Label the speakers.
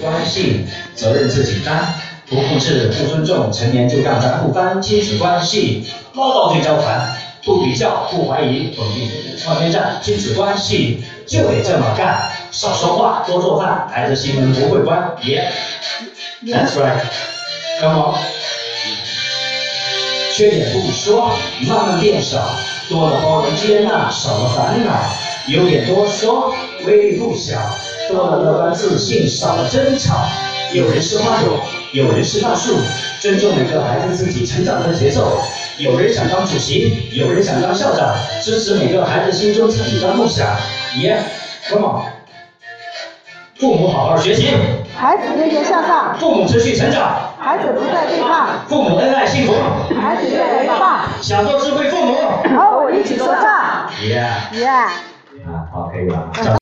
Speaker 1: 关系，责任自己担，不护士不尊重成年就让咱不翻亲子关系，唠叨最招烦，不比较不怀疑，稳定创业战，亲子关系就得这么干，少说话多做饭，孩子心门不会关，别、yeah.，That's right，Come on，缺点不说，慢慢变少，多了包容接纳，少了烦恼，有点多说，威力不小。多了乐观自信，少了争吵。有人是花朵，有人是大树，尊重每个孩子自己成长的节奏。有人想当主席，有人想当校长，支持每个孩子心中自己的梦想。Yeah，come on。父母好好学习，
Speaker 2: 孩子积极向上，
Speaker 1: 父母持续成长，
Speaker 2: 孩子不再对抗，
Speaker 1: 父母恩爱幸福，
Speaker 2: 孩子越来越棒。
Speaker 1: 想做智慧父母，
Speaker 2: 和我一起说唱。
Speaker 1: Yeah。啊
Speaker 2: Yeah。
Speaker 1: 好，可以了。